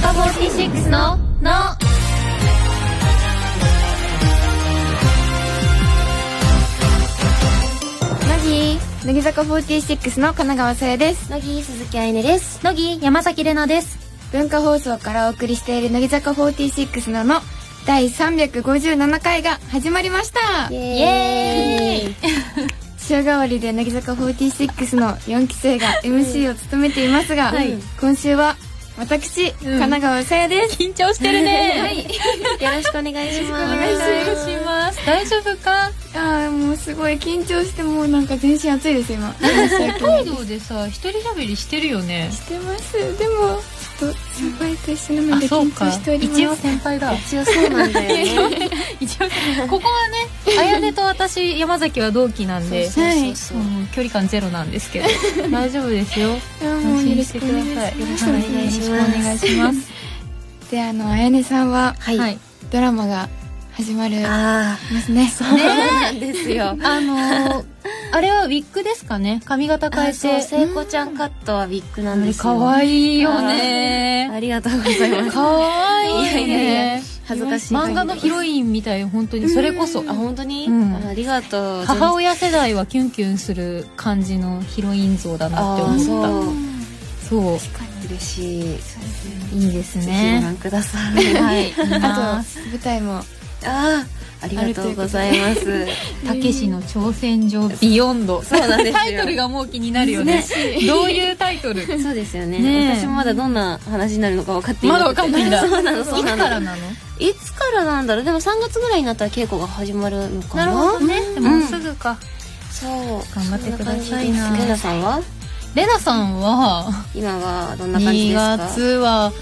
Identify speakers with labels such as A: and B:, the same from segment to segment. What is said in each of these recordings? A: 96のの
B: 乃木乃木坂46の神奈川さやです
A: 乃木鈴木愛音です乃木山崎れなです
B: 文化放送からお送りしている乃木坂46のの第357回が始まりました
A: イ
B: エ
A: ーイ
B: 週替わりで乃木坂46の4期生が MC を務めていますが、
A: はい
B: 今週は私、神奈川さやです
C: 緊張してるね。
A: はいよろしくお願いします
B: お願いしま
C: します。大丈夫か
B: ああもうすごい緊張してもうなんか全身熱いです今
C: 北海道でさ、一人喋りしてるよね。
B: してますでもちょっと先輩と一緒なの
C: あ、
B: で
C: そう
B: 緊
C: か
B: 張してお。ります
C: 一応先輩だ。
A: 一応そうなんだよね
C: 一応、ここはね、あやねと私、山崎は同期なんで、
A: そうそうそう
C: うん距離感ゼロなんですけど、大丈夫ですよ。
B: いやもうよろしくお願いします
C: よろ
A: しくお願いします
C: よろくお願いします。
B: であのあやねさんは
A: はい、
C: はい。
B: ドラマが始まる
A: あ
B: ますね
A: あそうなんですよ
C: あのー、あれはウィッグですかね髪型変
A: あ
C: え
A: そう
C: て。
A: 聖子ちゃんカットはウィッグなんですよ
C: かわ
A: い
C: いいよね。
A: ありがとうございます
C: かわいい
A: いやいやいや
C: ね。
A: 恥ずかしい
C: 漫画のヒロインみたい本当にそれこそ
A: あ本当に、
C: うん
A: ありがとう
C: 母親世代はキュンキュンする感じのヒロイン像だなって
A: ああ
C: 思っ
A: そう
C: たそう
B: 確かに
A: 嬉しい、
C: いいです
A: ぜひご
C: ね
A: 覧ください
C: はい
B: あ
C: あ
B: と舞台も
A: ああありがとうございます
C: とたけしの挑戦状ビヨンド
A: そうなんですよ
C: タイトルがもう気になるよねどういうタイトル
A: そうですよね
C: ねえ
A: 私もまだどんな話になるのか分かっていなくて
C: まだ分かんないんだ
A: そうなのそう
C: いつ
A: なの
C: からなの
A: いつからなんだろうでも3月ぐらいになったら稽古が始まるのかな
C: ねでもすぐか
A: そう
C: 頑張ってください
A: そん
C: な
A: 感じですレナさんは
C: レナさんは
A: 今はどんな感じ
C: 2
A: ですか
C: 月は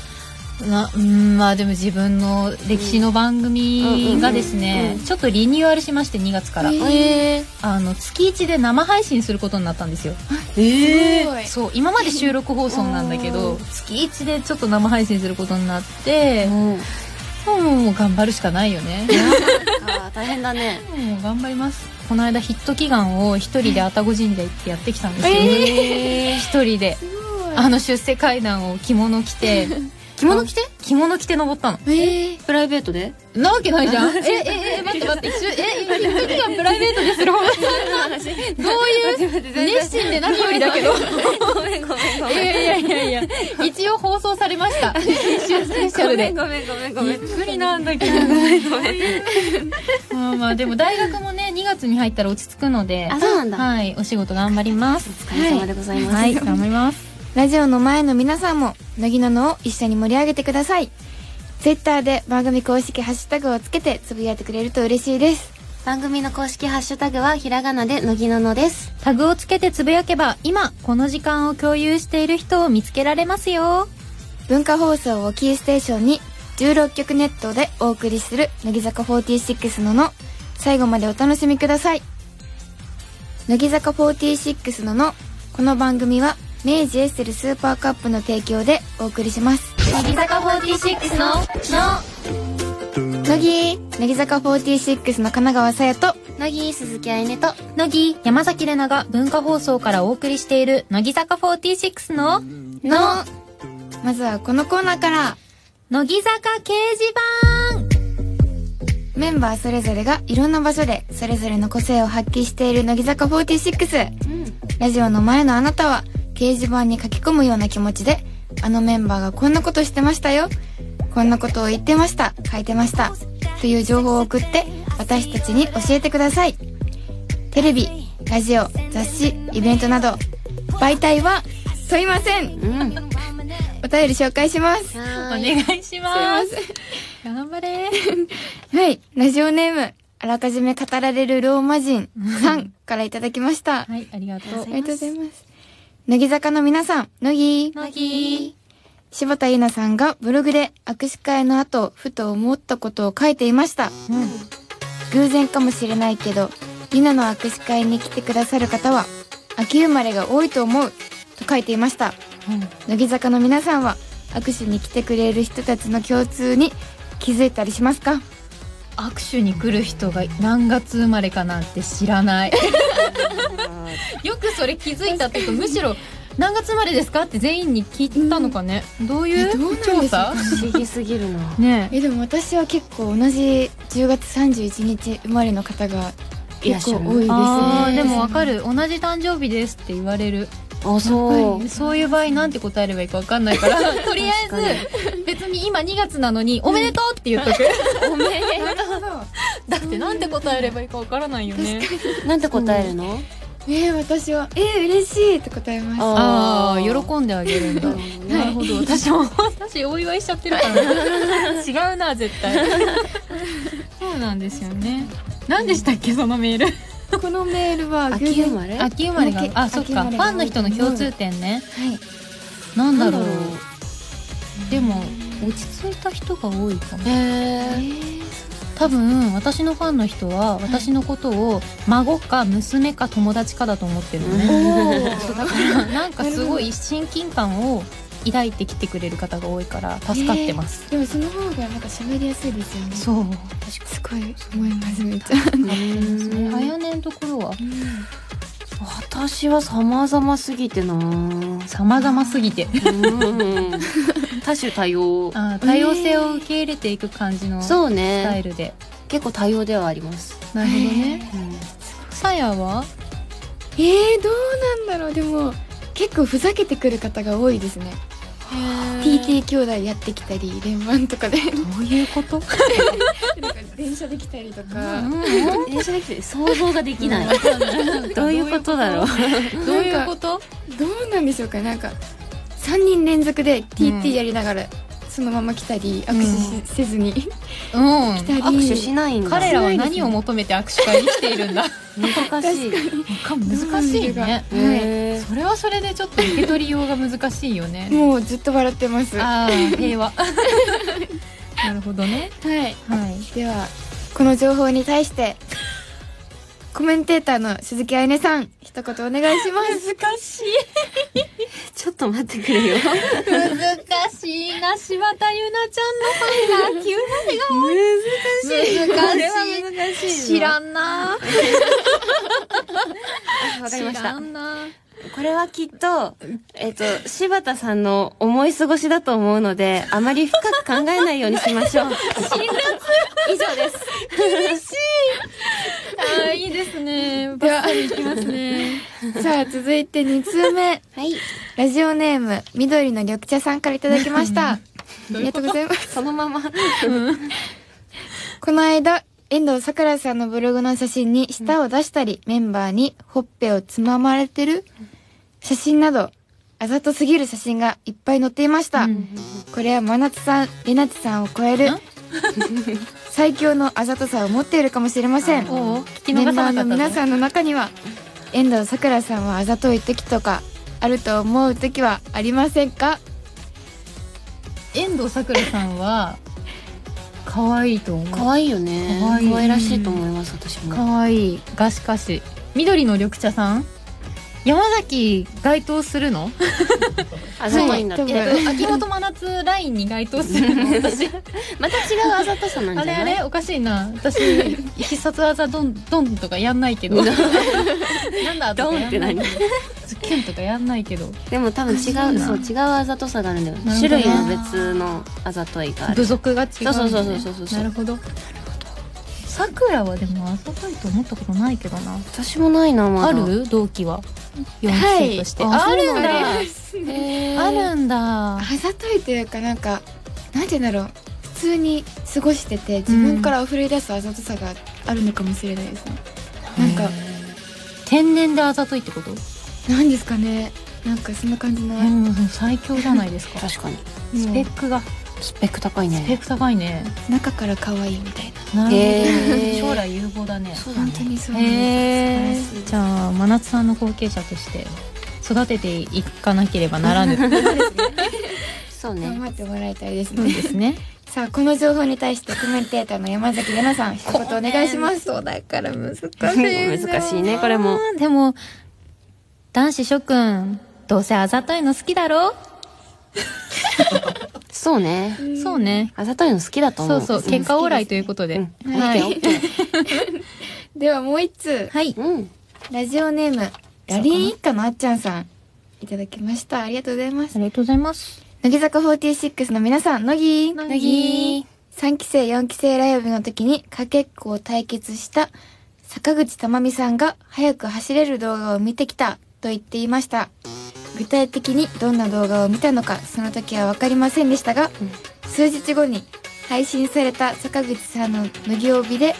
C: なうんまあでも自分の歴史の番組がです
A: うんうんうん
C: ね
A: う
C: ちょっとリニューアルしまして2月から
A: ええ
C: あの月1で生配信することになったんですよ
B: す
A: え
B: ごい
C: そう今まで収録放送なんだけ
A: う
C: ど
A: ん
C: 月1でちょっと生配信することになって
A: もう
C: もうもう頑張るしかないよね
A: なんか大変だね
C: もう頑張りますこの間ヒット祈願を一人で愛宕神社行ってやってきたんですよ、
A: ええ
C: 一人であの出世階段を着物着て
A: 着物着て
C: 着物着て登ったの
A: ええプライベートで
C: なわけないじゃん。 え、え、え、待って待って、一緒え、一人がプライベートでする方がどういう、熱心で何よりだ けど。
A: ごめんごめんご
C: いやいやいやいや、一応放送されました。編集スペシャルで。
A: ごめんごめんご
C: び
A: め
C: っ
A: ん
C: くりなんだけど。ごめんごめん。 まあまあ、でも大学もね、2月に入ったら落ち着くので、
A: あそうなんだ、
C: はい、お仕事頑張りま
A: お
C: す。
A: 疲れ様でございます、
C: はい、頑張ります。
B: ラジオの前の皆さんも乃木ののを一緒に盛り上げてくださいツイッターで番組公式ハッシュタグをつけてつぶやいてくれると嬉しいです
A: 番組の公式ハッシュタグはひらがなで乃木ののです
C: タグをつけてつぶやけば、今、この時間を共有している人を見つけられますよ。
B: 文化放送をキーステーションに16曲ネットでお送りする乃木坂46のの最後までお楽しみください乃木坂46ののこの番組は明治エッセルスーパーカップの提供でお送りします
A: 乃木坂46のの
B: 乃木乃木坂46の神奈川さやと
A: 乃木鈴木愛音と
C: 乃木山崎れなが文化放送からお送りしている乃木坂46の
B: のまずはこのコーナーから
C: 乃木坂掲示板
B: メンバーそれぞれがいろんな場所でそれぞれの個性を発揮している乃木坂46ラジオの前のあなたは掲示板に書き込むような気持ちであのメンバーがこんなことしてましたよこんなことを言ってました書いてましたという情報を送って私たちに教えてくださいテレビラジオ雑誌イベントなど媒体は問いません
A: うん
B: お便り紹介します
C: お
A: はーい
C: 願いします頑張れ
B: はい、ラジオネーム、あらかじめ語られるローマ人さんからいただきました。あ
C: はいありがとう
B: りがとうございます。乃木坂の皆さん、乃木。
C: 乃木
B: 柴田優奈さんがブログで握手会の後、ふと思ったことを書いていました。偶然かもしれないけど、優奈の握手会に来てくださる方は、秋生まれが多いと思う、と書いていました。乃木坂の皆さんは、握手に来てくれる人たちの共通に気づいたりしますか
C: 握手に来る人が何月生まれかなんて知らないよくそれ気づいたっていうかむしろ何月生まれですかって全員に聞いたのかね、どうい
B: えどうな
C: うん
B: でしょう
C: 調査
A: 不思議すぎるな
C: ねえ
B: えでも私は結構同じ10月31日生まれの方が結構多いですね
C: あ ーでもわかる同じ誕生日ですって言われる
A: あそう
C: そういう場合なんて答えればいいかわかんないから とりあえず別に今2月なのに「おめでとう!」って 言っとく
A: おめえ
B: なるほど
C: だってなんて答えればいいかわからないよね
A: なんて答えるの
B: えー、私は「えー、嬉しい」って答えました
C: ああ
A: ー
C: 喜んであげるんだなるほど私も私お祝いしちゃってる からな違うな絶対そうなんですよね何でしたっけそのメール
B: このメールは偶
A: 秋生
B: 然
A: まれは
C: 秋生まれが
B: 秋
C: あそっ
B: 秋生ま
C: かフ
B: れが
C: ァンの人の共通点ね
B: はい
C: なんだろ
A: なん
C: う
A: だろ
C: でも落ち着いた人が多いかも
A: へ
B: え
A: え
B: ー、
C: 多分私のファンの人は私のことを孫か娘か友達かだと思ってるのね
B: お
C: そう
B: ー
C: だから なんかすごい親近感を抱いてきてくれる方が多いから助かってます、
B: でもその方がなんか喋りやすいですよね
C: そう
B: すごい思いますめっちゃ
C: あやねんところは
A: 私は様々すぎてな
C: 様々すぎて
A: 多種多様
C: あー多様性を受け入れていく感じのス
A: そう
C: タイ
A: ね
C: ルで、
A: 結構多様ではあります
C: なるほどね
A: うん
C: さやは
B: えー、どうなんだろうでも結構ふざけてくる方が多いですね TT 兄弟やってきたり連番とかで
C: どういうこと
B: なんか電車できたりとか、
A: 電車で来て想像ができないどういうことだろう
C: どういうこと
B: どうなんでしょうかなんか3人連続で
C: うん
B: TT やりながら、そのまま来たり握手し、せずに来
C: うん
B: たり
A: 握手しないんだ
C: 彼らは何を求めて握手会に来ているんだ
A: 難しい
C: 難しいね
B: どうなんだろうはい
A: へー
C: それはそれでちょっと受け取りようが難しいよね
B: もうずっと笑ってますは
C: ああ平 和なるほどね
B: い
C: はい
B: ではこの情報に対してコメンテーターの鈴木あやねさん一言お願いします
C: 難しい
A: ちょっと待ってくれよ
C: 難しいな柴田ゆなちゃんのファンが急な手が多い難しい知らんな
A: わかりまし
C: 知ら
A: た
C: んな
A: これはきっと、えっと、柴田さんの思い過ごしだと思うので、あまり深く考えないようにしましょう。以上です。
C: あーいいですね バッサリいきますね
B: さあ続いて2通目
A: はい。
B: ラジオネーム緑の緑茶さんからいただきました ありがとうございます
A: そのまま。
B: この間、遠藤さくらさんのブログの写真に舌を出したり、メンバーにほっぺをつままれてる写真など、あざとすぎる写真がいっぱい載っていました。これは真夏さん、れなちさんを超え る、 最強のあざとさを持っているかもしれません。
C: おう聞き
B: メ
C: 逃
B: ンバ
C: さ
B: ー
C: な
B: の
C: かった
B: 皆
C: ぞ
B: さんの中には、遠藤さくらさんはあざとい時とか、あると思う時はありませんか
C: 遠藤さくらさんは可愛いと思う
A: 可愛いよね。
C: 可愛い
A: 可愛らしいと思います、私も。
C: 可愛いがしかし緑の緑茶さん山崎該当するの
A: あざといんだって。
B: はい
A: えっ
B: 多
A: と
B: 分
C: 秋元真夏ラインに該当す るの私
A: また違うあざとさなんじ
C: あ
A: ゃ
C: れ
A: ない
C: あれおかしいな 私必殺技ドンドンとかやんないけどなんだと
A: ド
C: か
A: ン
C: や
A: っ
C: ん
A: て
C: ない
A: 何
C: キュンとかやんないけど
A: でも多分違
C: あそう
A: う、
C: な
A: そ
C: の
A: う、違うあざとさがあるんだよ。
C: なる
A: 種
C: ほどね
A: 類の別のあざといがあ
C: 部
A: る。
C: 族が違う、ね、
A: そうそうそうそうそうそう
C: なるほどさくらはでもあざといと思ったことないけどな
A: 私もないな、まだ。
C: ある同期は4期生として、
A: あ
C: あるん
A: そう
C: だ
A: なん
B: へ
C: あるんだ
B: あざといというかなんかなんて言うんだろう普通に過ごしてて自分から溢れ出すあざとさがあるのかもしれないですね、なんか
C: 天然であざといってこと、
B: なんですかねなんかそんな感じの、
C: えもう最強じゃないですか
A: 確かに。
C: スペックがス
A: スペック高い
C: ペッ
A: ね。
C: ク高いね
B: 中から可愛いみたいな
C: なるほど、
A: へー
C: 将来有望だね
A: そうだ
B: 本
A: ね
B: 当。にそうなん
C: へ
B: です素晴
C: ーじゃあ真夏さんの後継者として育てていかなければならぬ
A: そう
B: らしい頑
A: ね。
B: 張ってもらいたいです
C: そう
B: ね
C: ですね
B: さあこの情報に対してコメンテーターの山崎怜奈さん一言お願いします
C: そうだから難しい
A: 難しいねこれ も
C: でも男子諸君どうせあざといの好きだろ、
A: そうね。
C: そうね
A: あざといの好きだと
C: そ
A: 思
C: う
A: う。
C: そう結果オーライということで、
A: うん
C: はい、
A: オッケーオッケ
B: ではもう一通
C: はい
A: ーうん。
B: ラジオネームラリン一家のあっちゃんさんいただきました。ありがとうございます
C: あ。りがとうございます。
B: 乃木坂46の皆さん、乃木
C: 乃木。
B: 3期生、4期生ライブの時にかけっこを対決した坂口珠美さんが早く走れる動画を見てきたと言っていました。具体的にどんな動画を見たのかその時はわかりませんでしたが、数日後に配信された坂口さんの脱ぎ帯で、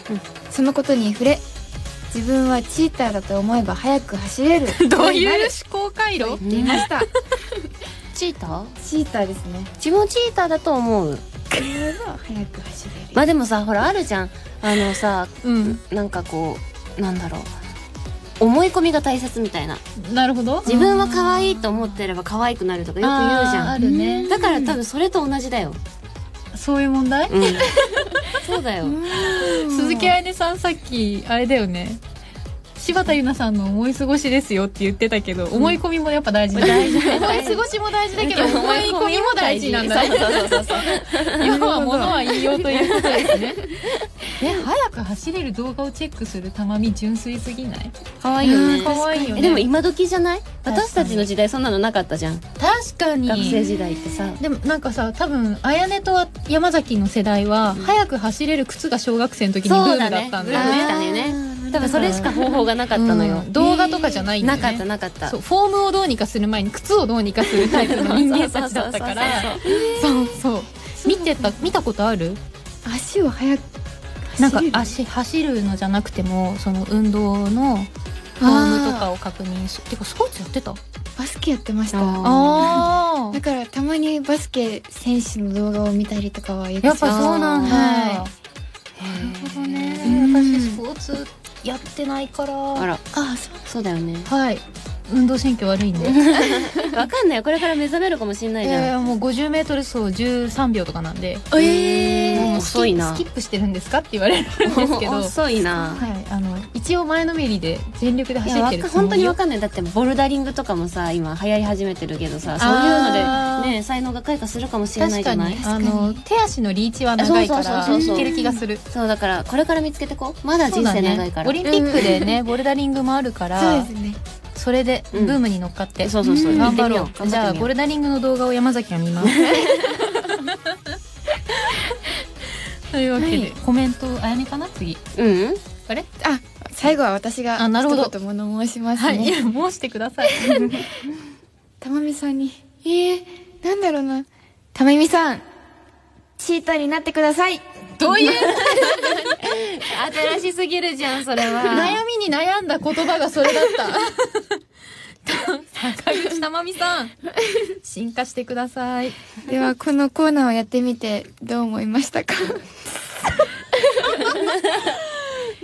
B: そのことに触れ、自分はチーターだと思えば早く走 れる
C: どう
B: よにな
C: いう
B: る
C: 思考回路
B: と言っていました。
A: チーター
B: チーターですね。
A: 自分もチーターだと思う
B: 早く走れる。
A: まあでもさほらあるじゃんあのさ
C: うん。
A: なんかこうなんだろう思い込みが大切みたいな
C: なるほど。
A: 自分は可愛いと思ってれば可愛くなるとかよく言うじ
C: あーあ
A: ゃん
C: るね。
A: だから多分それと同じだよ、
C: そういう問題
A: うん、そうだよ
C: 鈴木彩音さんさっき、あれだよね。柴田優奈さんの思い過ごしですよって言ってたけど、思い込みもやっぱ大事だ、
A: 大事
C: 思い過ごしも大事だけど、思い込みも大事なんだ。
A: そうそうそうそう
C: 要は物は言いようということです ね。え、早く走れる動画をチェックするたまみ純粋すぎない
A: 可愛いよね
C: 可愛いよね。
A: でも今時じゃない
C: かに
A: 私たちの時代そんなのなかったじゃん
C: 確かに。
A: 学生時代ってさ
C: でもなんかさ多分あやねと山崎の世代は、早く走れる靴が小学生の時にブ
A: そ
C: ー
A: う
C: ムだ
A: だ
C: っ
A: ね
C: たん
A: ブー
C: だよ
A: ム
C: ね
A: 来たのよね多分それしか方法がなかったのよ
C: うん動画とかじゃないんだ
A: な
C: よ
A: かっ
C: ね
A: たなかった
C: そう フォームをどうにかする前に靴をどうにかするタイプ の人間たちだったか
A: そう
C: らそうそう見てた見たことある
B: 足を速く
C: な
B: 走
C: んか
B: れる
C: 足走るのじゃなくてもその運動のフォームとかを確認するてかスポーツやってた
B: バスケやってました
A: あ
C: あ
B: だからたまにバスケ選手の動画を見たりとかはよく
C: やっぱそうなんだ、
B: は
C: なるほど
B: う
C: ね
B: ん
C: 私スポーツやってないから
A: あら
B: あそう
A: そうだよね
C: はい運動神経悪いんで
A: わかんないよこれから目覚めるかもしんないじゃん
C: えーもう 50m 走13秒とかなんで
A: えー
C: もう
A: 遅いな
C: スキップスキップしてるんですかって言われるんです けどはい
A: 遅いな
C: あの一応前のめりで全力で
A: い
C: 走
A: や
C: っ
A: わ
C: てる
A: か
C: つも
A: 本当に
C: りよ
A: わかんないだってボルダリングとかもさ今流行り始めてるけどさそういう
C: あ
A: の
C: ー
A: でね才能が開花するかもしれな
C: 確
A: いじ
C: か
A: ゃない
C: に
B: 確か
C: あ
B: に
C: の手足のリーチは長いか
A: そう
C: ら
A: そうそうそう
C: いける気がする
A: そうだからこれから見つけてこうまだ
C: そう
A: 人
C: だ
A: 生
C: ね
A: 長いから
C: オリンピックでねボルダリングもあるから
B: そうですね
C: それでブ
A: うん
C: ームに乗っかって、
A: そうそうそううん行っ
C: 頑
A: て
C: 張
A: み
C: ろ
A: よ
C: う
A: う頑
C: じゃ
A: 張
C: あ
A: ってみよ
C: ボ
A: う
C: ルダリングの動画を山崎が 見ますというわけで、
B: はい
C: コメントあやねかな次
A: うん
C: あれ
B: あ最後は私が
C: あなるほど
B: 一言物申します
C: はい、
B: ね
C: 申してくだ さい
B: たまみさんにえー、なんだろうなたまみさんチーターになってください
C: どういう
A: 新しすぎるじゃんそれ は
C: 悩みに悩んだ言葉がそれだった。 坂口たまみさん、進化してください。
B: ではこのコーナーをやってみてどう思いましたか
C: どう思い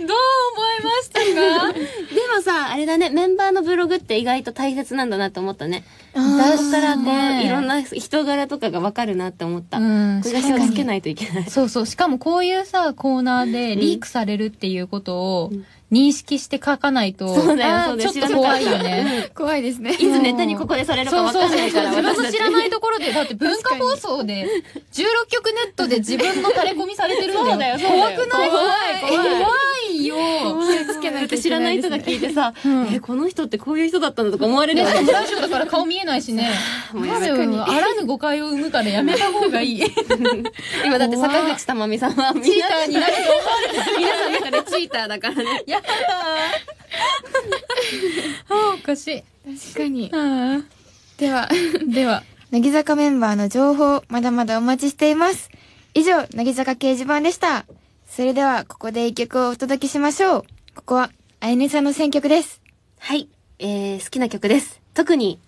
C: ましたか
A: でもさあれだねメンバーのブログって意外と大切なんだなと思ったね
B: あ
A: そこからこ
C: ね
A: ういろんな人柄とかが分かるなって思った
C: うん
A: これが気をつけないといけない
C: そうそう。しかもこういうさ、コーナーでリークされるっていうことを認識して書かないと、
A: そうだよそうだよ
C: ちょっと怖いよ
A: 知らな
C: ね。
B: ー 怖いですね
A: いつネタにここでされるか
C: そう
A: 分か
C: そうん
A: な
C: そう
A: いか
C: そう。
A: ら
C: 自分の知ら
A: い
C: ないところで、だって文化放送で、16曲ネットで自分のタレコミされてるんだよ。
A: そうだよそうだよ
C: 怖くない
A: 怖い怖い
C: 怖いよ。
B: 気をつけな
A: だ
B: い
A: っ
B: と
A: て
B: い
A: 知
B: け
A: らな
B: ない
A: い
B: で
A: 人が
B: すね
A: 聞いてさ、
C: うん
A: えこの人ってこういう人だったんだとか思われる
C: ね、
A: よ
C: しか
A: ね
C: もラジオだから顔見えないしね。
A: もう
C: 多
A: やめ
C: 分、あらぬ誤解を生むからやめた方がいい。チー
A: 今だって坂口珠美さんはみんな
C: ターになると思われて
A: 皆さんの中でチーターだからね
C: やだー。あー、おかしい。
B: 確かに
C: あ
B: では
C: ーでは、
B: 乃木坂メンバーの情報、まだまだお待ちしています。以上、乃木坂掲示板でした。それでは、ここで一曲をお届けしましょう。ここは、あやねさんの選曲です。
A: はい、えー、好きな曲です特に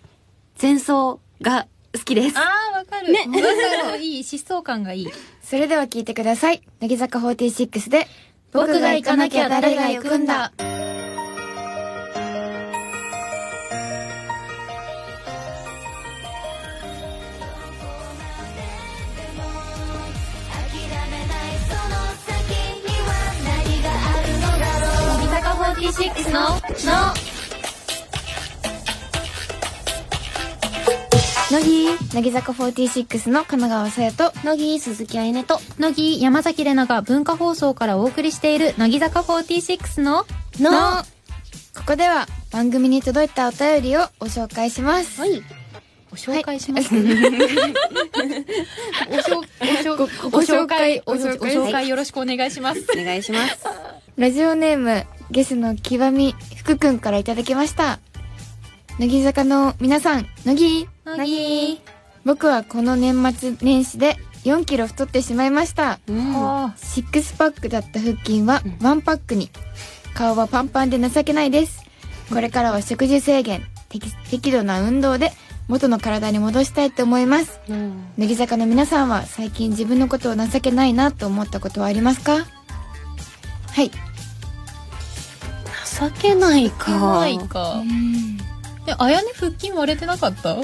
A: 前奏が好きです
C: あー、わかる。ね。わかる。いい、疾走感がいい。
B: それでは聴いてください。乃木坂46で、
C: 僕が行かなきゃ誰が行くんだ。
B: 乃木、乃木坂46の神奈川さやと、
A: 乃木鈴木あ音と
C: 乃木、山崎れなが文化放送からお送りしている、乃木坂46の、
A: の
B: ここでは、番組に届いたお便りをご紹介します。
C: い。ご紹介します。ご紹
B: ご
C: ご紹介、
B: ご
C: ご
B: 紹介
C: 紹介、ご紹介よろしくお願いします。
A: お願いします。
B: ラジオネーム、ゲスの極み、福くんからいただきました。乃木坂の皆さん、乃木
A: なぎ
B: 僕はこの年末年始で4キロ太ってしまいました。
A: ー。うん。
C: あ
B: シックスパックだった腹筋は
A: うん
B: ワンパックに。顔はパンパンで情けないです。これからは食事制限、適適度な運動で元の体に戻したいと思います。
A: うん
B: 乃木坂の皆さんは最近自分のことを情けないなと思ったことはありますかはい。
A: 情けないか。
C: ーないか。え、あやね腹筋割れてなかった
A: 違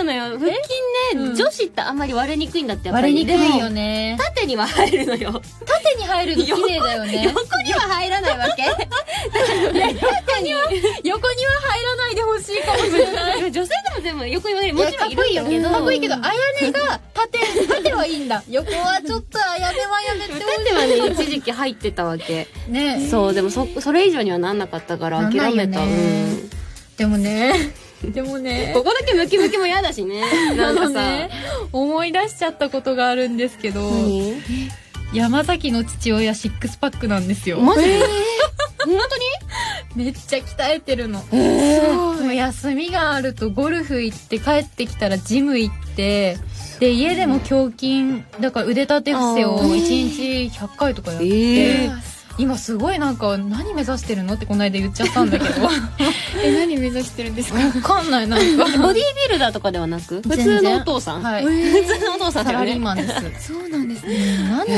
A: うのよ。腹筋
C: う
A: ね、
C: ん
A: 女子ってあんまり割れにくいんだって、やっぱ
C: 割れ
A: り。
C: にくいよね。
A: 縦には入るの よ。
C: 縦に入るの綺麗だよね。
A: 横には入らないわ け
C: 横には、横には入らないでほしいかもしれな
A: 女性
C: い。
A: でも全部横には入る。
C: も
A: も
C: ち
A: ちろ
C: ろん
A: ん
C: い
A: い
C: る
A: る
C: ん
A: ん
C: だ
A: だけど。
C: けど。かっこいいけど、あやねが縦、縦はいいんだ。横はちょっとあやねはやめてほ
A: 縦はね、一時期入ってたわけ。
C: しい。ね
A: そう、でもそ、それ以上にはなんなかったから諦めた。
C: な
A: うん
C: ないよね
A: ん。
C: でもね、でもね
A: こ、こだけムキムキも嫌だしね。 なんか
C: あのね
A: さ。、
C: 思い出しちゃったことがあるんですけど、
A: 何
C: 山崎の父親シックスパックなんですよ。
A: マジ
B: え
A: 本
C: めっちゃ鍛えてるの。
A: 当にえ
C: もう休みがあるとゴルフ行って帰ってきたらジム行って、で、家でも胸筋、だから腕立て伏せを
A: あー
C: 1日100回とかやって、
A: えー
C: 今すごいなんか何目指してるのってこの間言っちゃったんだけ ど、わ
B: え、何目指してるんですか
C: かんないなんか。
A: ボディービルダーとかではな く普
C: 全然
A: 通のお父さん。
C: はい。
A: 普通のお父さん
C: サ
A: だよ
C: ラリー
A: ね。
C: マンです。
B: そうなんですね。
C: 何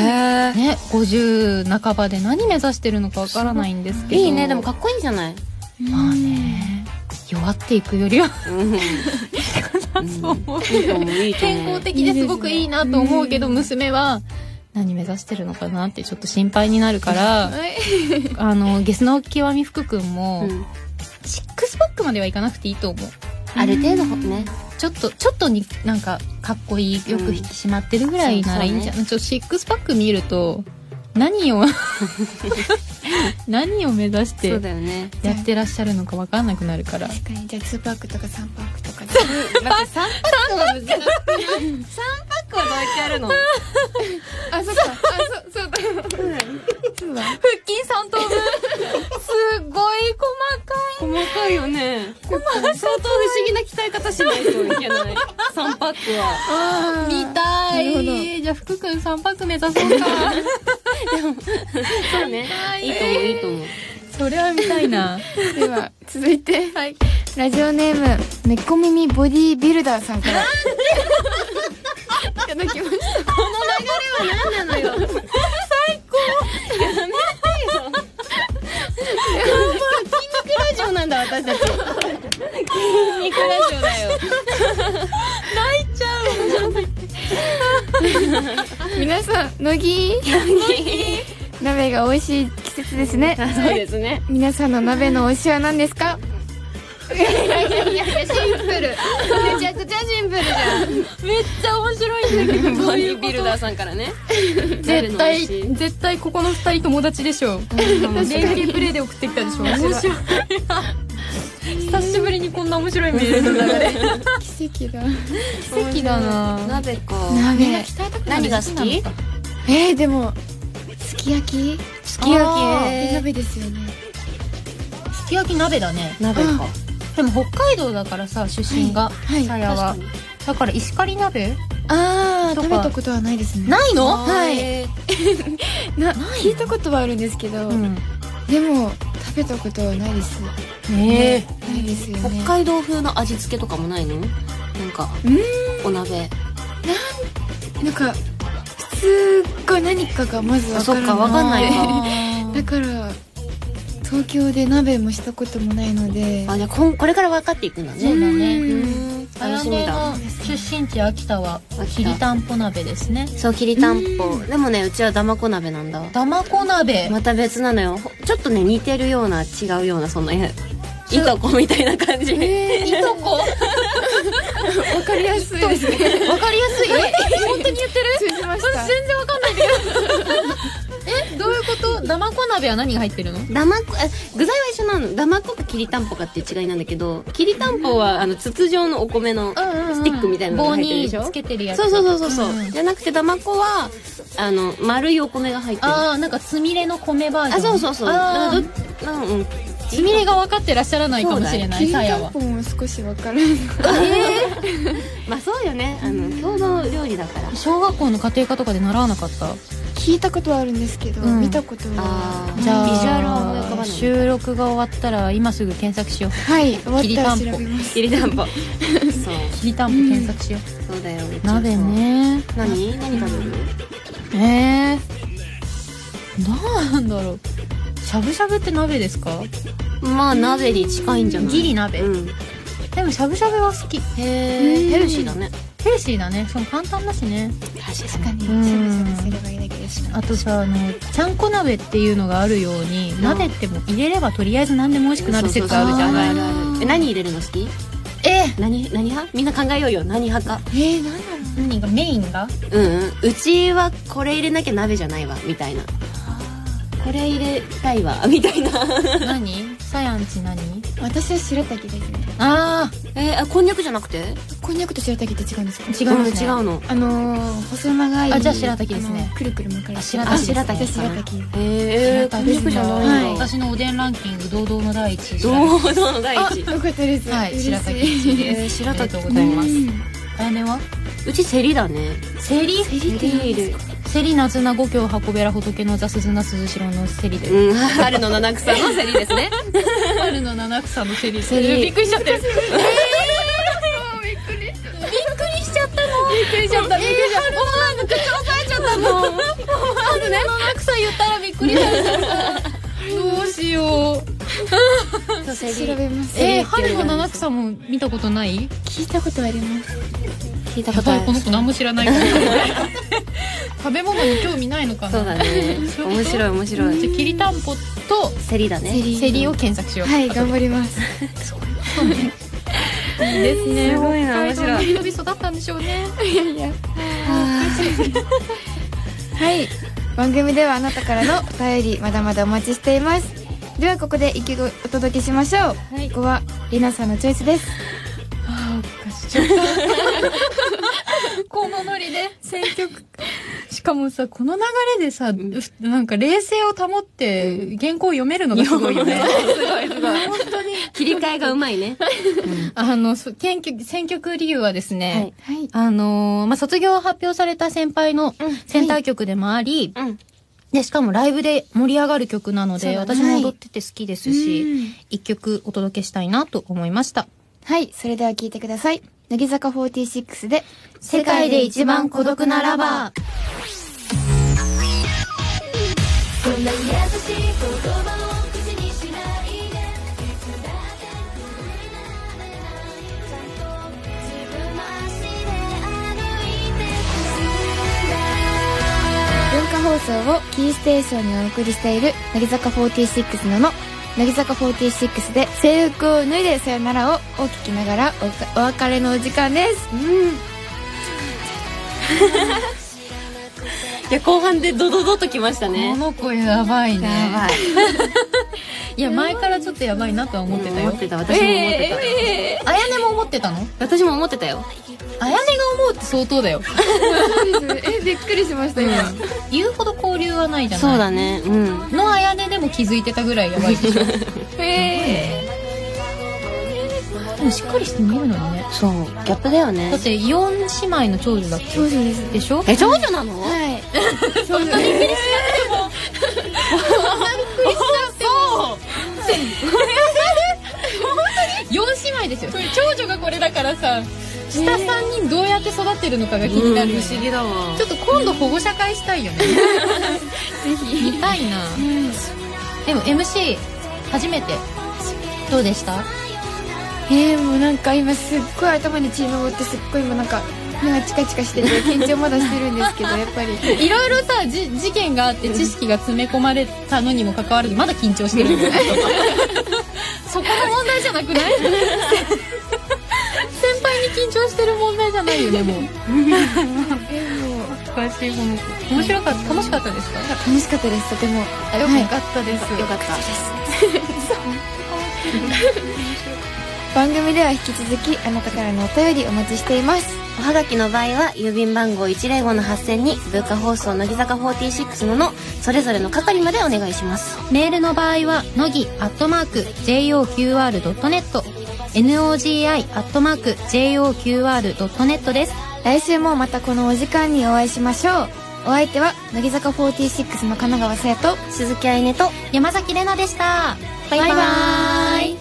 C: ね、50半ばで何目指してるのかわからないんですけど。
A: いいね、でもかっこいいじゃない。
C: まあね、弱っていくよりは、
A: うん。
C: そう思う。
A: いいと思う、いいと思う。
C: 健康的ですごくいいなと思うけど、娘は、何目指してるのかなってちょっと心配になるから、あの、ゲスの極み福くんも、
A: うん
C: シックスパックまではいかなくていいと思う。
A: ある程度ね。
C: ちょっと、ちょっとになんか、かっこいい、よく引き締まってるぐらいならいいんじゃない、ちょっとシックスパック見ると、何を、何を目指し
A: そう
C: て
A: だよね。
C: やってらっしゃるのかわかんなくなるから。
B: 確かに、じゃあ2パックとか3パックとかで。
A: パックはどうやってやるの
B: あ、そっか。あ、そ、そうだ。 そうだ。
C: 腹筋3頭分 すごい細
A: 細かいよね。相当不思議な鍛え方しないといけない。3パックは。
B: あ
C: かい見た
B: なるほど
C: いじゃあ福君3パック目指そうか
A: そうね。いいと思う、いいと思う。
C: それは見たいな
B: では、続いて、
C: はい
B: ラジオネーム、猫耳ボディビルダーさんから。いただきました。
A: これは何なのよ。最高。やめてよ。こ筋肉ラジオなんだ、私たち。筋肉ラジオだよ。
B: 皆さん、乃木 鍋が美味しい季節ですね。
A: そうですね。
B: 皆さんの鍋の推しは何ですかいやいやいや、シンプル。めちゃくちゃシンプルじゃん。
C: めっちゃ面白いんだけ
A: ボ
C: ど
A: デ
C: どうい
A: ィー
C: うこ
A: ビルダーさんからね。
C: と
A: 誰
C: 絶
A: の
C: 対
A: 推し
C: 絶対ここの2人友達でしょう連携プレーで送ってきたでしょ面白い久しぶりにこんな面白いメールの中で
B: 奇跡だ。
C: 奇跡だな
A: 鍋か。
B: 鍋。
A: 何が好き
B: えー、でも、すき焼きす
A: き焼きね
B: 鍋ですよね。
C: すき焼き鍋だね
A: 鍋か。
C: でも北海道だからさ出身が
B: はい。
C: さ
B: あ
C: やは
A: 確かに
C: だから石狩鍋
B: あー、
C: とか
B: 食べたことはないですね。
C: ないの
B: はい。な、聞いたことはあるんですけど、
C: うん
B: でも、食べたことはないです。
C: ね
B: ないですよ
A: 北
B: ね。
A: 海道風の味付けとかもないのなんか
B: うーん、
A: お鍋。
B: なんか、普通か何かがまず
A: あ
B: わ
A: そ
B: か
A: っ
B: ら
A: か、わかんないか。
B: だから、東京で鍋もしたこともないので、
A: あ、じゃあこん、これから分かっていくんだ
C: そう
A: ね。
C: だ
A: う
C: ね
A: ん。
C: あ
A: 楽
C: や
A: しみ
C: ね
A: だ
C: の。出身地秋田はきりたんぽ鍋ですね
A: そう、きりたんぽ。でもね、うちはだまこ鍋なんだわ。
C: だまこ鍋
A: また別なのよ。ほちょっとね、似てるような、違うような、そんな、えい
C: そう
A: とこみたいな感じ。
C: いとこ わ
B: わかりやすいですね。
C: かりやすいえ本当に言ってる
B: 通じました
C: 全然わかんないけどえどういうことだまこ鍋は何が入ってるの
A: だまこ、え具材は一緒なの。だまこかきりたんぽかっていう違いなんだけど、きりたんぽは、あの、筒状のお米のスティックみたいなのが
C: 棒
A: 入ってるで
C: に
A: しょ、
C: つけてるやつ
A: そうそうそうそうそう、
C: ん
A: じゃなくてだまこは、あの、丸いお米が入ってる。あ、
C: ああなんかつみれの米バージョン
A: そうそうそう。
C: あ
A: だ
C: ー
A: からどうん、うん。
C: つみれが分かってらっしゃらないかもしれない
B: きり
C: さや
B: たん
C: は
B: ぽも少しわからん
A: まあそうよね。あの、郷土料理だから。
C: 小学校の家庭科とかで習わなかった
B: 聞いたことはあるんですけど、
C: うん
B: 見たことは
A: ああ、
C: じゃあ
A: ビジュアルは思い浮かばない。
C: 収録が終わったら今すぐ検索しよう
B: はい終わったら
C: きりたんぽ
B: 調べます
A: きりたん ぽ。そう、
C: きりたんぽ検索しよ
A: そうだよ。
C: う鍋。ね
A: 何何食べる
C: えー、なんだろうしゃぶしゃぶって鍋ですか
A: まあ鍋に近いんじゃない
C: ギリ鍋、
A: うん。
C: でもしゃぶしゃぶは好きへ
A: へえ、ヘルシーだね。
C: ヘルシーだねそう簡単だしね
A: 確
B: 確かに
C: うん
B: しゃぶしゃぶすればいいだけですな
C: あとさあのちゃんこ鍋っていうのがあるように、
A: ん
C: 鍋ってもう入れればとりあえず何でも美味しくなる説があるじゃない
A: そうそうそうあるあるえ、何入れるの好き
C: え
A: 何、何派みんな考えようよ。何派か。
B: えー、なんだろ
C: 何がメイ ンが
A: うんうん。うちはこれ入れなきゃ鍋じゃないわ、みたいな。これ入れたいわ、 みたいな。
C: 何サヤンチ何
B: う私は白滝ですね
C: ああ
A: えーあ、こんにゃくじゃなくて
B: こんにゃくと白滝って違うんですか
C: 違うんです
A: 違
C: ね
A: うの。
B: あのー、細長い
C: あじゃあ白滝ですね
B: あのくるくる巻かれて
C: あ白滝ですね
B: あ白滝白滝
A: えー、こんにゃくじゃない
B: はい
A: んだ。
C: 私のおでんランキング堂々の第一位
A: どうどうの第一。
B: あよかったです
C: はい
B: 嬉し
C: 白滝一位です、
A: えー白滝
C: ありがとうございます
B: うん
C: あやねは
A: うちセリだね。
C: セリ
A: セ
C: セ
A: リ入れる。
C: セリナズナ五郷箱べら仏の座鈴な鈴代のセリで
A: うん、春の七草のセリですね。
C: 春の七草のセリ
A: セリ
C: びっくりしちゃってる
A: びっくりしちゃった、びっくりしちゃった。思わず口押さえちゃったもん。思わずね。
C: 七草言ったらびっくりしちゃったどうしよう
B: 調べます
C: えー、春の七草も見たことない
B: 聞いたことあります
A: 聞いた
C: や
A: こと
C: ば
A: あ
C: い
A: る
C: こ。の子 何も知らないから食べ物に興味ないのかな
A: そうだね。面白い面白
C: じ
A: い。
C: ゃあきりたんぽと
A: セリだね。
B: セリ
C: セリを検索しよう
B: はい頑張ります
C: ですね
A: すごいな
C: 北海道の
A: 面
C: 人々だったんでしょうね
B: いやいやはい番組ではあなたからのお便りまだまだお待ちしていますではここで意気をお届けしましょう、
C: はい
B: ここはりなさんのチョイスです
C: あーおかしいちょっとこのノリで選曲しかもさこの流れでさ、うなんか冷静を保って原稿を読めるのがすごいよ
A: す
C: ね
A: ごいす ごい。本当に。切り替えがうまいね。
C: あのそ選曲選曲理由はですね、
A: はい
B: はい
C: あのーまあ、卒業を発表された先輩のセンター曲でもあり、
A: うん。
C: で、しかもライブで盛り上がる曲なので、
B: そうだね
C: 私も踊ってて好きです
B: う
C: し
B: ん、
C: 一曲お届けしたいなと思いました。
B: はいそれでは聞いてください乃木坂46で
C: 世界で一番孤独なラバー。
B: 文化放送をキーステーションにお送りしている乃木坂46のの乃木坂46で制服を脱いでさよならをお聞きながらおお別れのお時間です
A: いや、後半でドドドときました
C: こ
A: ね。
C: の子やばいね。
A: い。
C: いや、前からちょっとやばいなとは思ってた
A: 思
C: よ
A: っ。てた、私も思ってた。
C: あやねも思ってたの
A: 私も思ってたよ。
C: あやねが思うって相当だよ。
B: えびっくりしました今
C: 言うほど交流はないじゃない
A: そうだね。うん。
C: のあやねでも気づいてたぐらいやばいでしょ。 へえ。でもしっかりして見えるのにね。
A: そう。ギャップだよ
C: だ
A: ね
C: っ。て、4姉妹の長女だっ
B: そう
C: け
B: です
C: でしょ
A: え、長女なの
B: はいそんなに
C: そう4姉妹ですよ長女がこれだからさ下3人どうやって育ってるのかが気になるし、
A: 議だわ
C: ちょっと今度保護者会したいよね
B: ぜひ
C: 見たいな、でも MC 初めてどうでした
B: えー、もうなんか今すっごい頭に血のってすっごい今なんか目がチカチカしてて緊張まだしてるんですけ どやっぱり
C: いろいろさじ事件があって知識が詰め込まれたのにもかかわらずまだ緊張し てるよねそこの問題じゃなくない先輩に緊張してる問題じゃないよねもう
B: えー、もう
D: 懐かしいもの面白かった楽しかったですか
B: 楽しかったですとても
D: あよ
B: はい
D: かったです、
A: よかった
B: 番組では引き続きあなたからのお便りお待ちしています
A: おはがきの場合は郵便番号105の8000に文化放送乃木坂46ののそれぞれの係までお願いします
C: メールの場合は、のぎ、アットマーク、joqr.net、nogi、アットマーク、joqr.net です。
B: 来週もまたこのお時間にお会いしましょうお相手は乃木坂46の神奈川さやと
A: 鈴木愛音と
C: 山崎れなでした。
A: バイバ
C: ーイ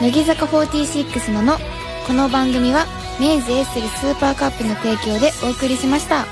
B: 乃木坂46ののこの番組は明治エッセルスーパーカップの提供でお送りしました